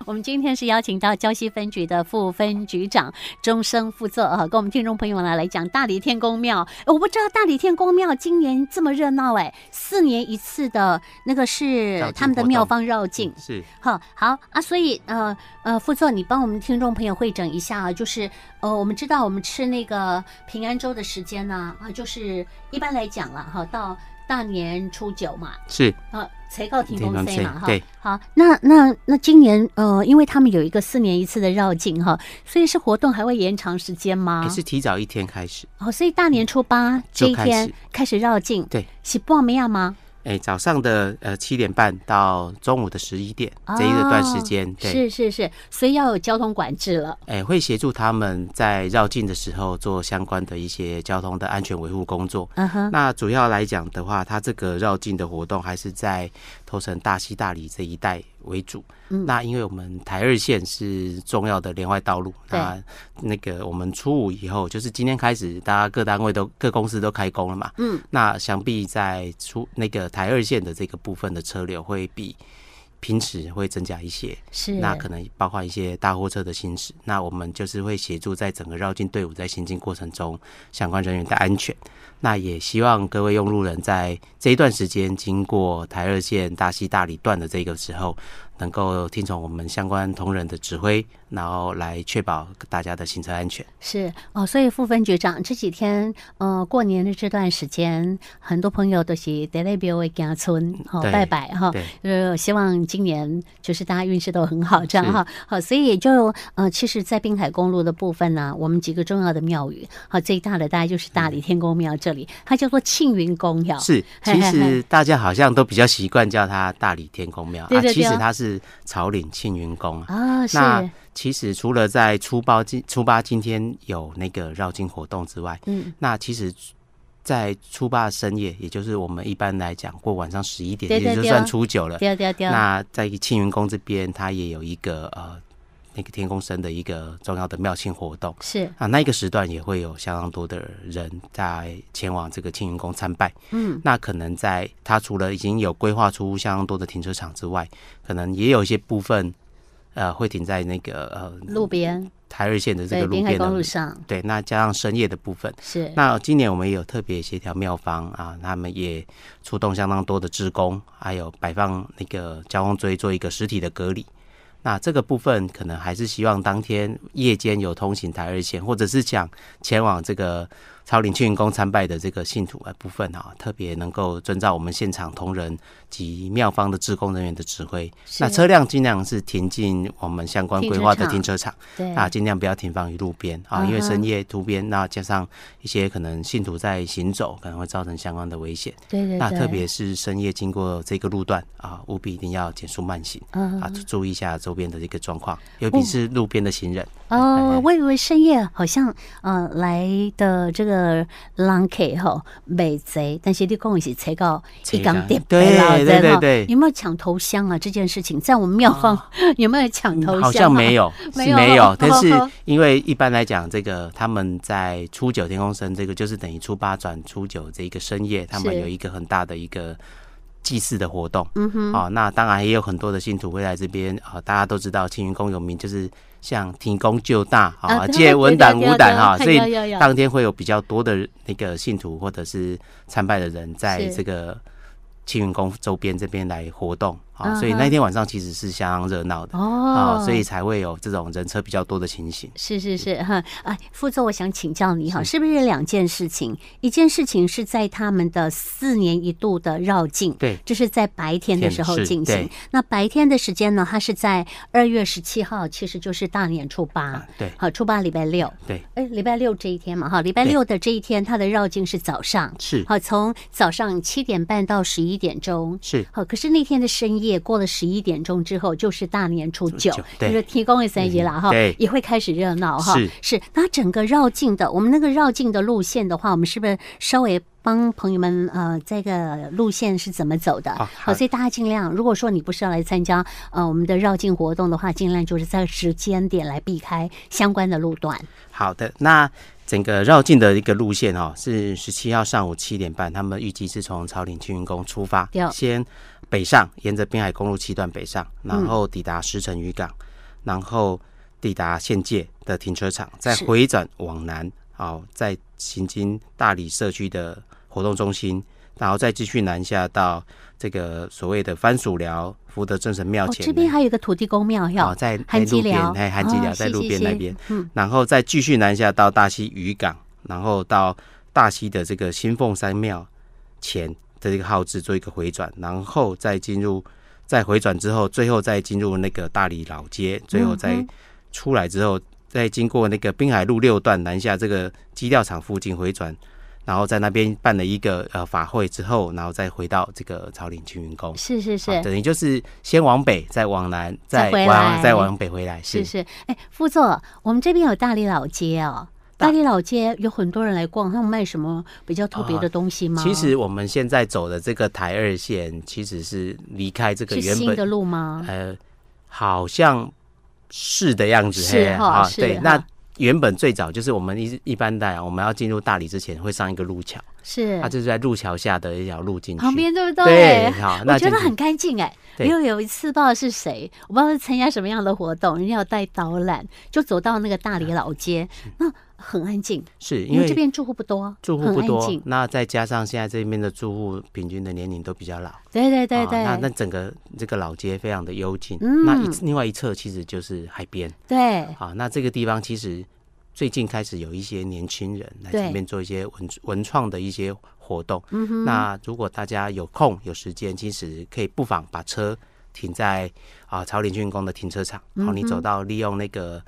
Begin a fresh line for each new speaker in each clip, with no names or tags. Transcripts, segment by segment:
我们今天是邀请到胶西分局的副分局长钟生副座啊，跟我们听众朋友呢来讲大理天宫庙。呃我不知道大理天宫庙今年这么热闹哎，四年一次的那个
绕
是
境
他们的
活动
庙方绕境，
嗯是
好好啊，所以呃呃，副座，你帮我们听众朋友会诊一下啊，就是呃，我们知道我们吃那个平安粥的时间呢啊，就是一般来讲了哈，到大年初九嘛，
是
啊，才告停
天
公
公
司
司
嘛哈。
对，
好，那那那今年呃，因为他们有一个四年一次的绕境哈，所以是活动还会延长时间吗
也？是提早一天开始。
哦，所以大年初八这
就
一
开
天
始
开始绕境，
对，
是报没亚吗？
哎，早上的呃七点半到中午的十一点这一段时间，
哦
对，
是是是，所以要有交通管制了。
哎，会协助他们在绕境的时候做相关的一些交通的安全维护工作。
嗯哼，
那主要来讲的话，它这个绕境的活动还是在头城、大溪、大理这一带为主。
嗯
那因为我们台二线是重要的连外道路，
对
那那个我们初五以后，就是今天开始，大家各单位都各公司都开工了嘛。嗯，那想必在出那个台二线的这个部分的车流会比平时会增加一些。
是
那可能包括一些大货车的行驶，那我们就是会协助在整个绕境队伍在行进过程中相关人员的安全。那也希望各位用路人在这一段时间经过台二线大溪大理段的这个时候，能够听从我们相关同仁的指挥，然后来确保大家的行车安全。
是哦，所以副分局长这几天，呃，过年的这段时间，很多朋友都是得来别为家村哈
对
拜拜哈，
对，
呃，希望今年就是大家运势都很好，这样哈。好，所以也就呃，其实，在滨海公路的部分呢，我们几个重要的庙宇，好，最大的大概就是大理天宫庙这里，它叫做庆云宫庙，
嗯是，
嘿
其
嘿
实大家好像都比较习惯叫它大理天宫庙，
对对
啊，其
对
实
哦
它是草岭庆云宫啊。
啊，是
那其实除了在初八今初八今天有那个绕境活动之外，
嗯，
那其实，在初八的深夜，也就是我们一般来讲过晚上十一点，
对对
也就
对啊
算初九了。
对哦对对，
那在庆云宫这边，它也有一个呃那个天公生的一个重要的庙庆活动
是
啊，那一个时段也会有相当多的人在前往这个庆云宫参拜。嗯，那可能在它除了已经有规划出相当多的停车场之外，可能也有一些部分。呃，会停在那个呃
路边，
台二线的这
对，
个路
滨海
边
公路
的，
上
对，那加上深夜的部分，
是
那今年我们也有特别协调妙方啊，他们也出动相当多的职工，还有摆放那个交通锥做一个实体的隔离。那这个部分可能还是希望当天夜间有通行台二线，或者是想前往这个超林庆云宫参拜的这个信徒的部分啊，特别能够遵照我们现场同仁及妙方的职工人员的指挥，
是
那车辆尽量是停进我们相关
停
规
车
划的
场
停车场。
对
啊，尽量不要停放于路边啊，因为
哎嗯哼
深夜路边，那加上一些可能信徒在行走，可能会造成相关的危险。
对对
那
对，
特别是深夜经过这个路段啊，务必一定要减速慢行
嗯
啊，注意一下周边的这个状况，尤其是路边的行人。
哦
哎，
我以为深夜好像呃来的这个狼 K 吼美贼，但是你讲的是才到一港点白
对
啦
对
真
对
哦
对哦
有没有抢头香啊？这件事情在我们庙方、 有没有抢头香、
嗯好像没
有，
有，
没
是
有
没有。但是
哦
因为一般来讲，这个他们在初九天空生，这个就是等于初八转初九这一个深夜，他们
是
有一个很大的一个祭祀的活动。嗯哼，哦，那当然也有很多的信徒会来这边啊、大家都知道青云宫有名，就是像挺公救大
啊
啊，
对
借文胆武胆啊，
对
所
对对对
以
有有有
当天会有比较多的那个信徒或者是参拜的人在
是
这个。青云宫周边这边来活动啊，
嗯哼
所以那天晚上其实是相当热闹的。
哦
啊、，所以才会有这种人车比较多的情形。
是是是哈，哎，副座，我想请教你哈，是不是两件事情？一件事情是在他们的四年一度的绕境，
对
这是在白天的时候
天是
进行
对。
那白天的时间呢，它是在二月十七号，其实就是大年初八，
啊对
好，初八礼拜六，
对，
哎，礼拜六这一天嘛，哈，礼拜六的这一天，它的绕境是早上，
是
好，从早上七点半到十一点钟，
是
呃好，可是那天的深夜过了十一点钟之后，就是大年初九
九，
就
对嗯
是提供给三姨啦哈，
对
也会开始热闹哈
是。
是，那整个绕境的，我们那个绕境的路线的话，我们是不是稍微帮朋友们呃，这个路线是怎么走的？
啊好
好，所以大家尽量，如果说你不是要来参加呃我们的绕境活动的话，尽量就是在时间点来避开相关的路段。
好的。那整个绕境的一个路线哦，是十七号上午七点半，他们预计是从朝岭青云宫出发
对，嗯
先北上，沿着滨海公路七段北上，然后抵达石城渔港。然后抵达县界的停车场，再
是
回转往南，好、再行经大理社区的活动中心，然后再继续南下到这个所谓的番薯寮福德正神庙
哦，
前、
这边还有一个土地公庙
哦，
要
在在
韩
路
基寮
边，哎，韩吉寮
哦
在
是
路
是
边那
是
边，
嗯
然后再继续南下到大溪渔港，然后到大溪的这个新凤山庙前的这个号志做一个回转，然后再进入，再回转之后，最后再进入那个大理老街，最后再
嗯
出来之后，再经过那个滨海路六段南下这个基调厂附近回转。然后在那边办了一个呃法会之后，然后再回到这个草岭青云宫，
是是是
啊等于就是先往北，再往南，再
回来
往再往北回来，
是是，哎，副座，我们这边有大理老街哦，大
大
理老街有很多人来逛，他们卖什么比较特别的东西吗？
啊其实我们现在走的这个台二线，其实是离开这个
是
原
新的
本
路吗？
呃，好像是的样子，
是
嘿
哈
啊
是
对
哈。
那原本最早就是我们一一般来讲，我们要进入大理之前会上一个路桥，
是
它，就是在路桥下的一条路进去。
旁边对不
对，？好，那
我觉
进
得
去
很干净哎，
对
因为有一次不知道是谁，我不知道是参加什么样的活动，人家有带导览，就走到那个大理老街，那很安静，
是
因
嗯因
为这
为
边住户不多，
住户不
很安
多
静，，
那再加上现在这边的住户平均的年龄都比较老，
对对对
啊那那
对
整个这个老街非常的幽静。
嗯
那一另外一侧其实就是海边。
对，
好，那这个地方其实最近开始有一些年轻人来
对
这边做一些文文创的一些活动。
嗯哼，
那如果大家有空有时间，其实可以不妨把车停在啊朝林郡宫的停车场，好，
嗯
你走到利用那个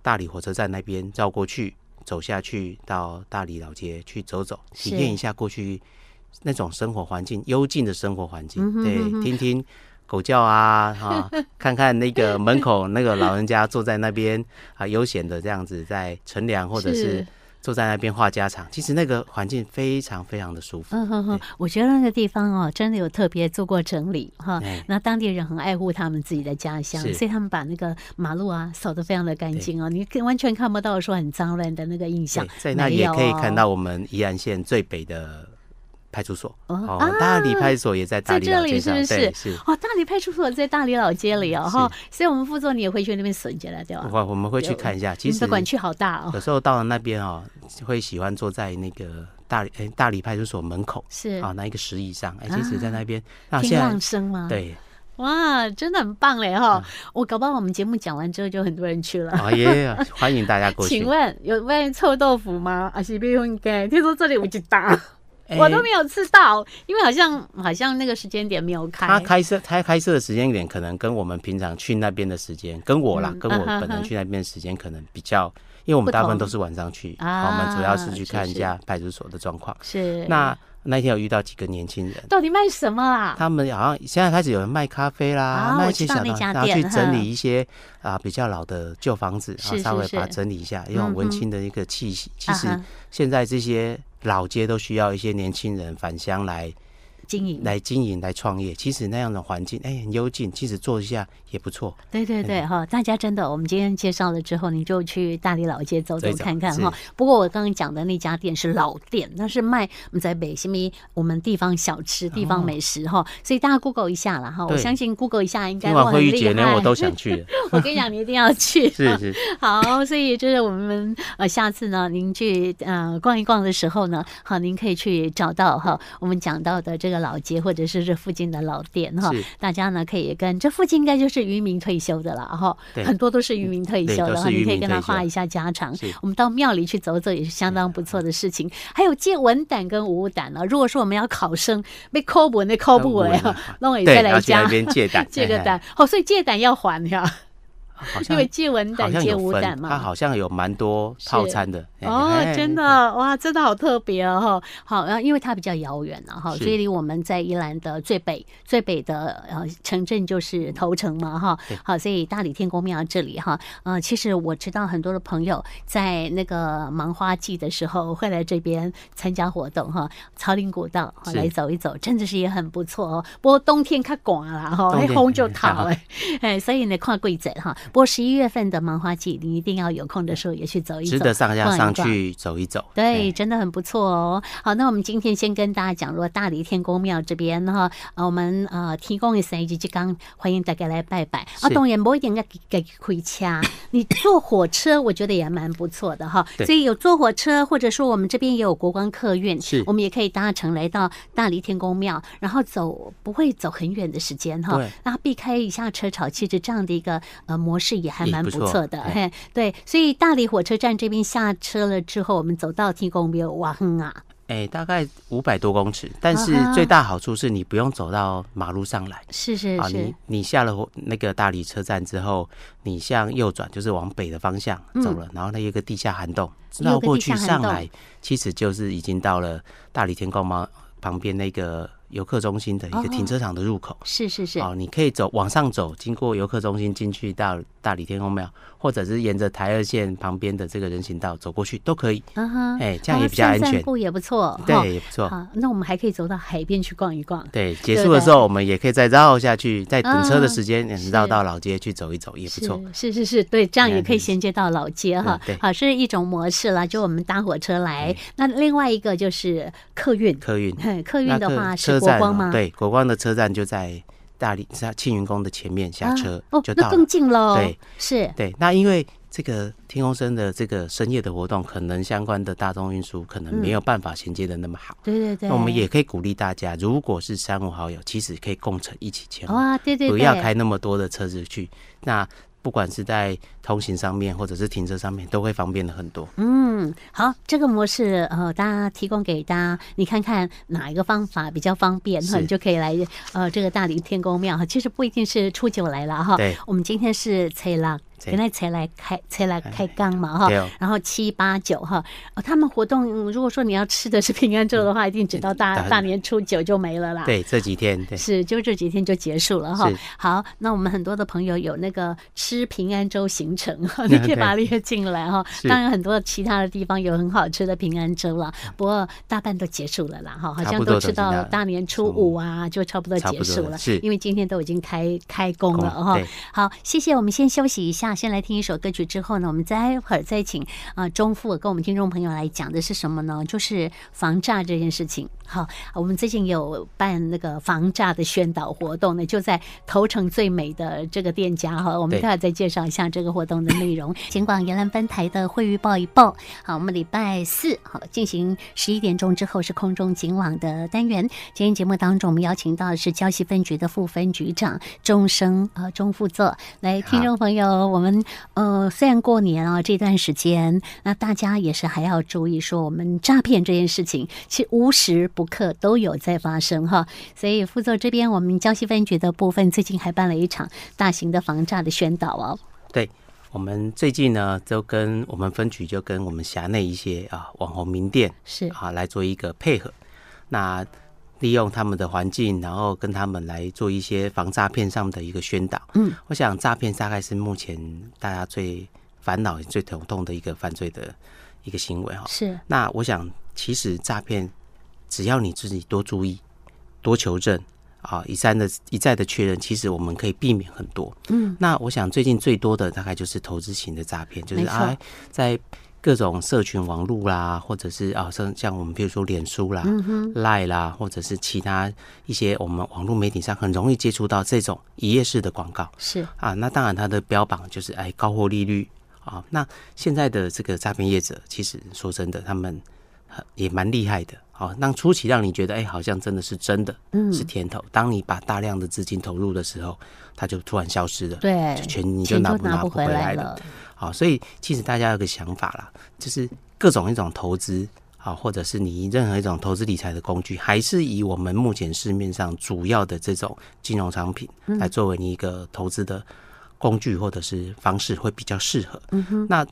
大理火车站那边绕过去，走下去到大理老街去走走，体
是
验一下过去那种生活环境，幽静的生活环境，
嗯哼嗯哼
对，听听。狗叫啊，哈、 看看那个门口那个老人家坐在那边啊，悠闲的这样子在乘凉，或者是
是
坐在那边话家常。其实那个环境非常非常的舒服。
嗯哼哼，我觉得那个地方哦，真的有特别做过整理哈
哎。
那当地人很爱护他们自己的家乡，
是
所以他们把那个马路啊扫得非常的干净哦，你可以完全看不到说很脏乱的那个印象
对，在那里也
没有
可以看到
哦。
我们宜兰县最北的派出所
哦
哦
啊，
大理派出所也在大
在
理
这
老
里
街
是
上
不，
对
是？
是。
哦，大理派出所在大理老街里哦，
嗯
哈，所以我们副座你也会去那边损去了，对吧？
我我们会去
有
看一下，
你
哦其
们
实呃
的管区好大哦，
有时候到了那边哦，会喜欢坐在那个大理哎大理派出所门口
是啊
啊，那一个石椅上，哎，其实在那边那
听
现
浪
在
声吗？，
对嗯
哇，真的很棒嘞哈！我搞不好我们节目讲完之后就很多人去 了。
啊也欢迎大家过去
请。问有卖臭豆腐吗？还是不用给？听说这里有一打，
哎
我都没有吃到，因为好像好像那个时间点没有开。
他开设他开设的时间点可能跟我们平常去那边的时间，跟我啦，
嗯
跟
啊
我
哈
本
哈
人去那边的时间可能比较，因为我
不
们大部分
同
都是晚上去，
啊
好我们主要是去
是
看一
是
下派出所的状况。
是
那那天有遇到几个年轻人，
到底卖什么啊啦？
他们好像现在开始有人卖咖啡啦，
啊
卖
我
一些
知道那
小东西，
家
然后去
店
整
哼
理一些啊比较老的旧房子，然后
是
稍
是
微把它
是
整理一下，
嗯
用文
哼
青的一个气息。其
啊
实
哈
现在这些老街都需要一些年轻人返乡来
经营
来经营、来创业。其实那样的环境，哎，很幽静，其实做一下也不错。
对对
嗯
对哈，大家真的，我们今天介绍了之后，你就去大理老街走走
走一走
看看
是
哈。不过我刚刚讲的那家店是老店，那是卖我们在北新咪我们地方小吃、地方美食哈，所以大家 Google 一下啦哈。我
哦对
相信 Google 一下应该
今
会
晚
很
会遇
厉
姐，连
害。
我都想去了。
我跟你讲，你一定要去。
是是，
好，所以就是我们呃，下次呢，您去呃逛一逛的时候呢，好，您可以去找到哈我们讲到的这个老街或者是这附近的老店哈
是，
大家呢可以跟这附近应该就是渔民退休的了哈，
对
很多都是渔民退休
对
的
都
哈，
是
你
渔民
可以跟他
退休
话一下家常
是。
我们到庙里去走走也是相当不错的事情。还有借文胆跟武胆呢，如果说我们要考生被抠不那抠不哎
文啊，
那我也
对，
再
然后
来
去那
加
边借胆，
借个
哎，
胆，哦，所以借胆要还呀，
哎好
因
像
为借文
好
胆
像
借
有
武胆
分，
嘛。
它好像有蛮多套餐的。哎
哦，
哎
真的哇，真的好特别哦！好，然后因为它比较遥远啊了哈，
是
所以离我们在宜兰的最北最北的呃城镇就是头城嘛哈
对。
好，所以大理天公庙这里哈，呃，其实我知道很多的朋友在那个芒花季的时候会来这边参加活动哈，草岭古道哈
是
来走一走，真的是也很不错哦。不过冬天较寒啦哈，
冬
那
天
风就
嗯
透
好
哎，哎，所以呢看季节哈，不过十一月份的芒花季，你一定要有空的时候也去走一走，
值得上下
逛一
上
逛
去走一走。
对，真的很不错哦。好，那我们今天先跟大家讲，如果大理天公庙这边哈，呃，我们呃提供的三级之刚，欢迎大家来拜拜。啊，
是
当然不一定要给开车， 你坐火车我觉得也蛮不错的哈。
对
所以有坐火车，或者说我们这边也有国光客运，
是
我们也可以搭乘来到大理天公庙，然后走不会走很远的时间哈
对，
那避开一下车潮，其实这样的一个呃模式也还
也
蛮
不
不
错
错的。
对
嘿，对，所以大理火车站这边下车了之后，我们走到天公庙，哇哼啊，
哎、大概五百多公尺，但是
啊哈
最大好处是你不用走到马路上来。
是是
啊，你
是，
你下了火那个大理车站之后，你向右转就是往北的方向走了，然后那有一个地下涵洞，
嗯有个
绕过
地下
去
涵
上
洞
来，其实就是已经到了大理天宫庙旁边那个游客中心的一
哦
个停车场的入口。
是是是，
哦，你可以走往上走，经过游客中心进去到大理天宫庙，或者是沿着台二线旁边的这个人行道走过去都可以。
嗯哼，
哎这样也
哦
比较安
散散
全
步也不错，哈
对，也不错。
好，那我们还可以走到海边去逛一逛。对
对，结
不
束的
对
时候我们也可以再绕下去，在等车的
嗯
时间，也能
是
绕到老街去走一走，也不错。
是是是，对，这样
原来
也可以
如此
衔接到老街哈
嗯对，嗯
好是一种模式啦，就我们搭火车来。那另外一个就是客运，
客运，
嘿客
那
运的
客
话是
车
国
站
光
哦
吗？啊
对，国光的车站就在大理在庆云宫的前面下车
啊、哦
就，
那
到
更
了。
近喽。
对，
是
对，那因为这个天空生的这个深夜的活动，可能相关的大众运输可能没有办法衔接的那么好。
对嗯对对。
那我们也可以鼓励大家，如果是三五好友，其实可以共乘一起前往，
哇，哦对对对，
不要开那么多的车子去。那不管是在通行上面，或者是停车上面，都会方便的很多。
嗯，好，这个模式呃，大家提供给大家，你看看哪一个方法比较方便哈，
是
你就可以来呃这个大理天宫庙哈。其实不一定是初九来了哈，
对
我们今天是才啦，
对
原来才来开才来开缸嘛哈
对哦，
然后七八九哈，哦，他们活动嗯如果说你要吃的是平安粥的话，一定只到大
大
大年初九就没了啦。
对，这几天对
是，就这几天就结束了哈
是。
好，那我们很多的朋友有那个吃平安粥行 程，你可以把它列进来哈。
是
当然，很多其他的地方有很好吃的平安粥啦，不过大半都结束了啦哈，好
差
像
不
都
多都
吃
已经
到
到
大年初
初
五
五
啊，就差不多
差
结
不多
束
了
了。
是
因为今天都已经开开工
工
了哈
对。
好，谢谢。我们先休息一下，先来听一首歌曲，之后呢，我们待会儿再请啊、呃钟富跟我们听众朋友来讲的是什么呢？就是防诈这件事情。好，我们最近有办那个防诈的宣导活动呢，就在头城最美的这个店家哈，我们
对
待会儿再介绍一下这个活动的内容。尽管延兰分台的会预报一报，好，我们礼拜四好进行十一点钟之后是空中警网的单元。今天节目当中，我们邀请到的是胶西分局的副分局长钟生呃钟副座来，听众朋友，我们呃虽然过年啊这段时间，那大家也是还要注意说，我们诈骗这件事情是无时不刻都有在发生哈。所以副座这边，我们胶西分局的部分最近还办了一场大型的防诈的宣导哦。
对，我们最近呢，都跟我们分局就跟我们辖内一些啊网红名店
是
啊来做一个配合，那利用他们的环境，然后跟他们来做一些防诈骗上的一个宣导。
嗯，
我想诈骗大概是目前大家最烦恼、最头痛的一个犯罪的一个行为哈。
是，
那我想，其实诈骗只要你自己多注意、多求证啊，一再的一再的确认，其实我们可以避免很多。
嗯，
那我想最近最多的大概就是投资型的诈骗，就是
没错
啊，在各种社群网络啦，或者是啊，像像我们比如说脸书啦、Line
嗯
啦，或者是其他一些我们网络媒体上很容易接触到这种一页式的广告。
是
啊，那当然它的标榜就是哎高获利率啊。那现在的这个诈骗业者，其实说真的，他们呃也蛮厉害的。好、让初期让你觉得哎好像真的是真的，嗯，是甜头。当你把大量的资金投入的时候，它就突然消失了，
对
就全你就
钱
拿
都
不拿
不
不
回
回来了。
了，
好、所以其实大家有个想法啦，就是各种一种投资。啊，或者是你任何一种投资理财的工具，还是以我们目前市面上主要的这种金融商品来作为你一个投资的工具或者是方式会比较适合。嗯哼，那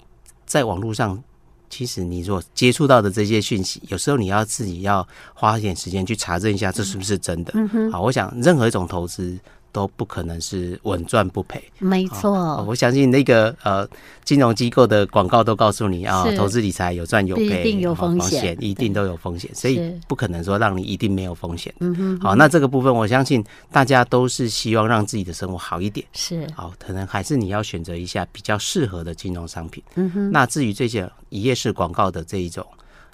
在网络上，其实你如果接触到的这些讯息，有时候你要自己要花一点时间去查证一下，这是不是真的？嗯哼，好，我想任何一种投资都不可能是稳赚不赔。
没
哦
错，
我相信那个呃，金融机构的广告都告诉你啊、
是
投资理财有赚有赔，
必定有
哦
风险
一定都有风险，所以
是
不可能说让你一定没有风险。
嗯哼，
好，那这个部分我相信大家都是希望让自己的生活好一点。
是，
好，可能还是你要选择一下比较适合的金融商品。
嗯哼，
那至于这些一页式广告的这一种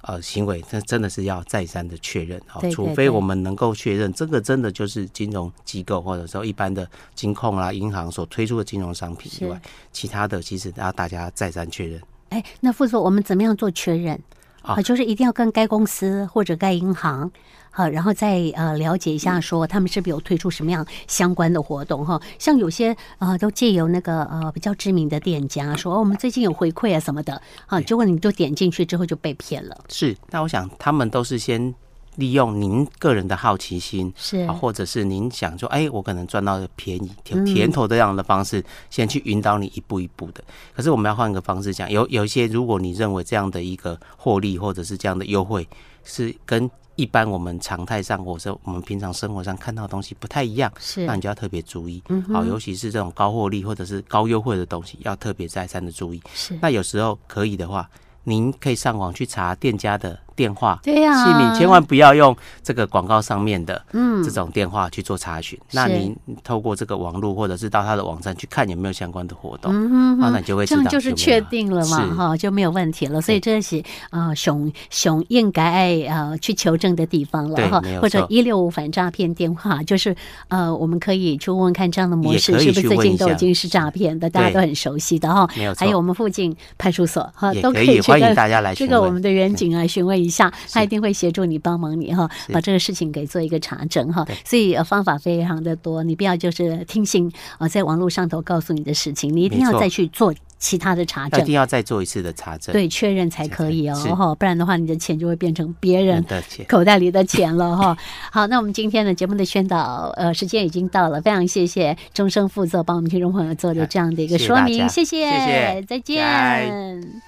呃行为，那真的是要再三的确认好，
对对
除
对
非我们能够确认这个真的就是金融机构或者说一般的金控啦、银行所推出的金融商品以外，其他的其实要大家再三确认。
哎，那副总，我们怎么样做确认？
啊
啊，就是一定要跟该公司或者该银行，好、然后再呃了解一下，说他们是不是有推出什么样相关的活动哈、像有些呃都借由那个呃比较知名的店家说，哦，我们最近有回馈啊什么的，啊，结果你就点进去之后就被骗了，
是，那我想他们都是先利用您个人的好奇心。
是
啊，或者是您想说，哎、我可能赚到了便宜、有甜头这样的方式，先去引导你一步一步的。可是我们要换个方式讲，有有一些，如果你认为这样的一个获利或者是这样的优惠是跟一般我们常态上或者是我们平常生活上看到的东西不太一样，
是
那你就要特别注意。好、尤其是这种高获利或者是高优惠的东西，要特别再三的注意。
是，
那有时候可以的话，您可以上网去查店家的电话。
对呀、
姓名千万不要用这个广告上面的
嗯
这种电话去做查询。那
是
您透过这个网络或者是到他的网站去看有没有相关的活动，
嗯哼
啊，
哼
那你就会知
这
道
样就是
有没有
确定了嘛，
是
哈，就没有问题了。所以这是啊，呃熊熊应该呃去求证的地方了
对
哈
没，有
或者
错
一六五反诈骗电话，就是呃，我们可以去问问看这样的模
也
式
可以
是不是
去
最
问
近
一
都已
下
经是诈骗的，大家
对
都很熟悉的哈。
没有错
还有我们附近派出所哈，
也
都
可
以
以
去
欢迎
跟
大家来
这
询
个我
问
们的远景啊询问一下，他一定会协助你帮忙你哈，把这个事情给做一个查证哈。所以呃方法非常的多，你不要就是听信呃在网络上头告诉你的事情，你一定
没
要
错
再去做其他的查
那一
证
定。要再做一次的查证。
对，确认才可以哦，
是
哈，不然的话，你的钱就会变成别
嗯，
人
的且
口袋里的钱了哈。好，那我们今天的节目的宣导，呃，时间已经到了，非常谢谢终生负责帮我们听众朋友做的这样的一个
啊谢谢
说
大
明，
家
谢
谢谢
再见。
拜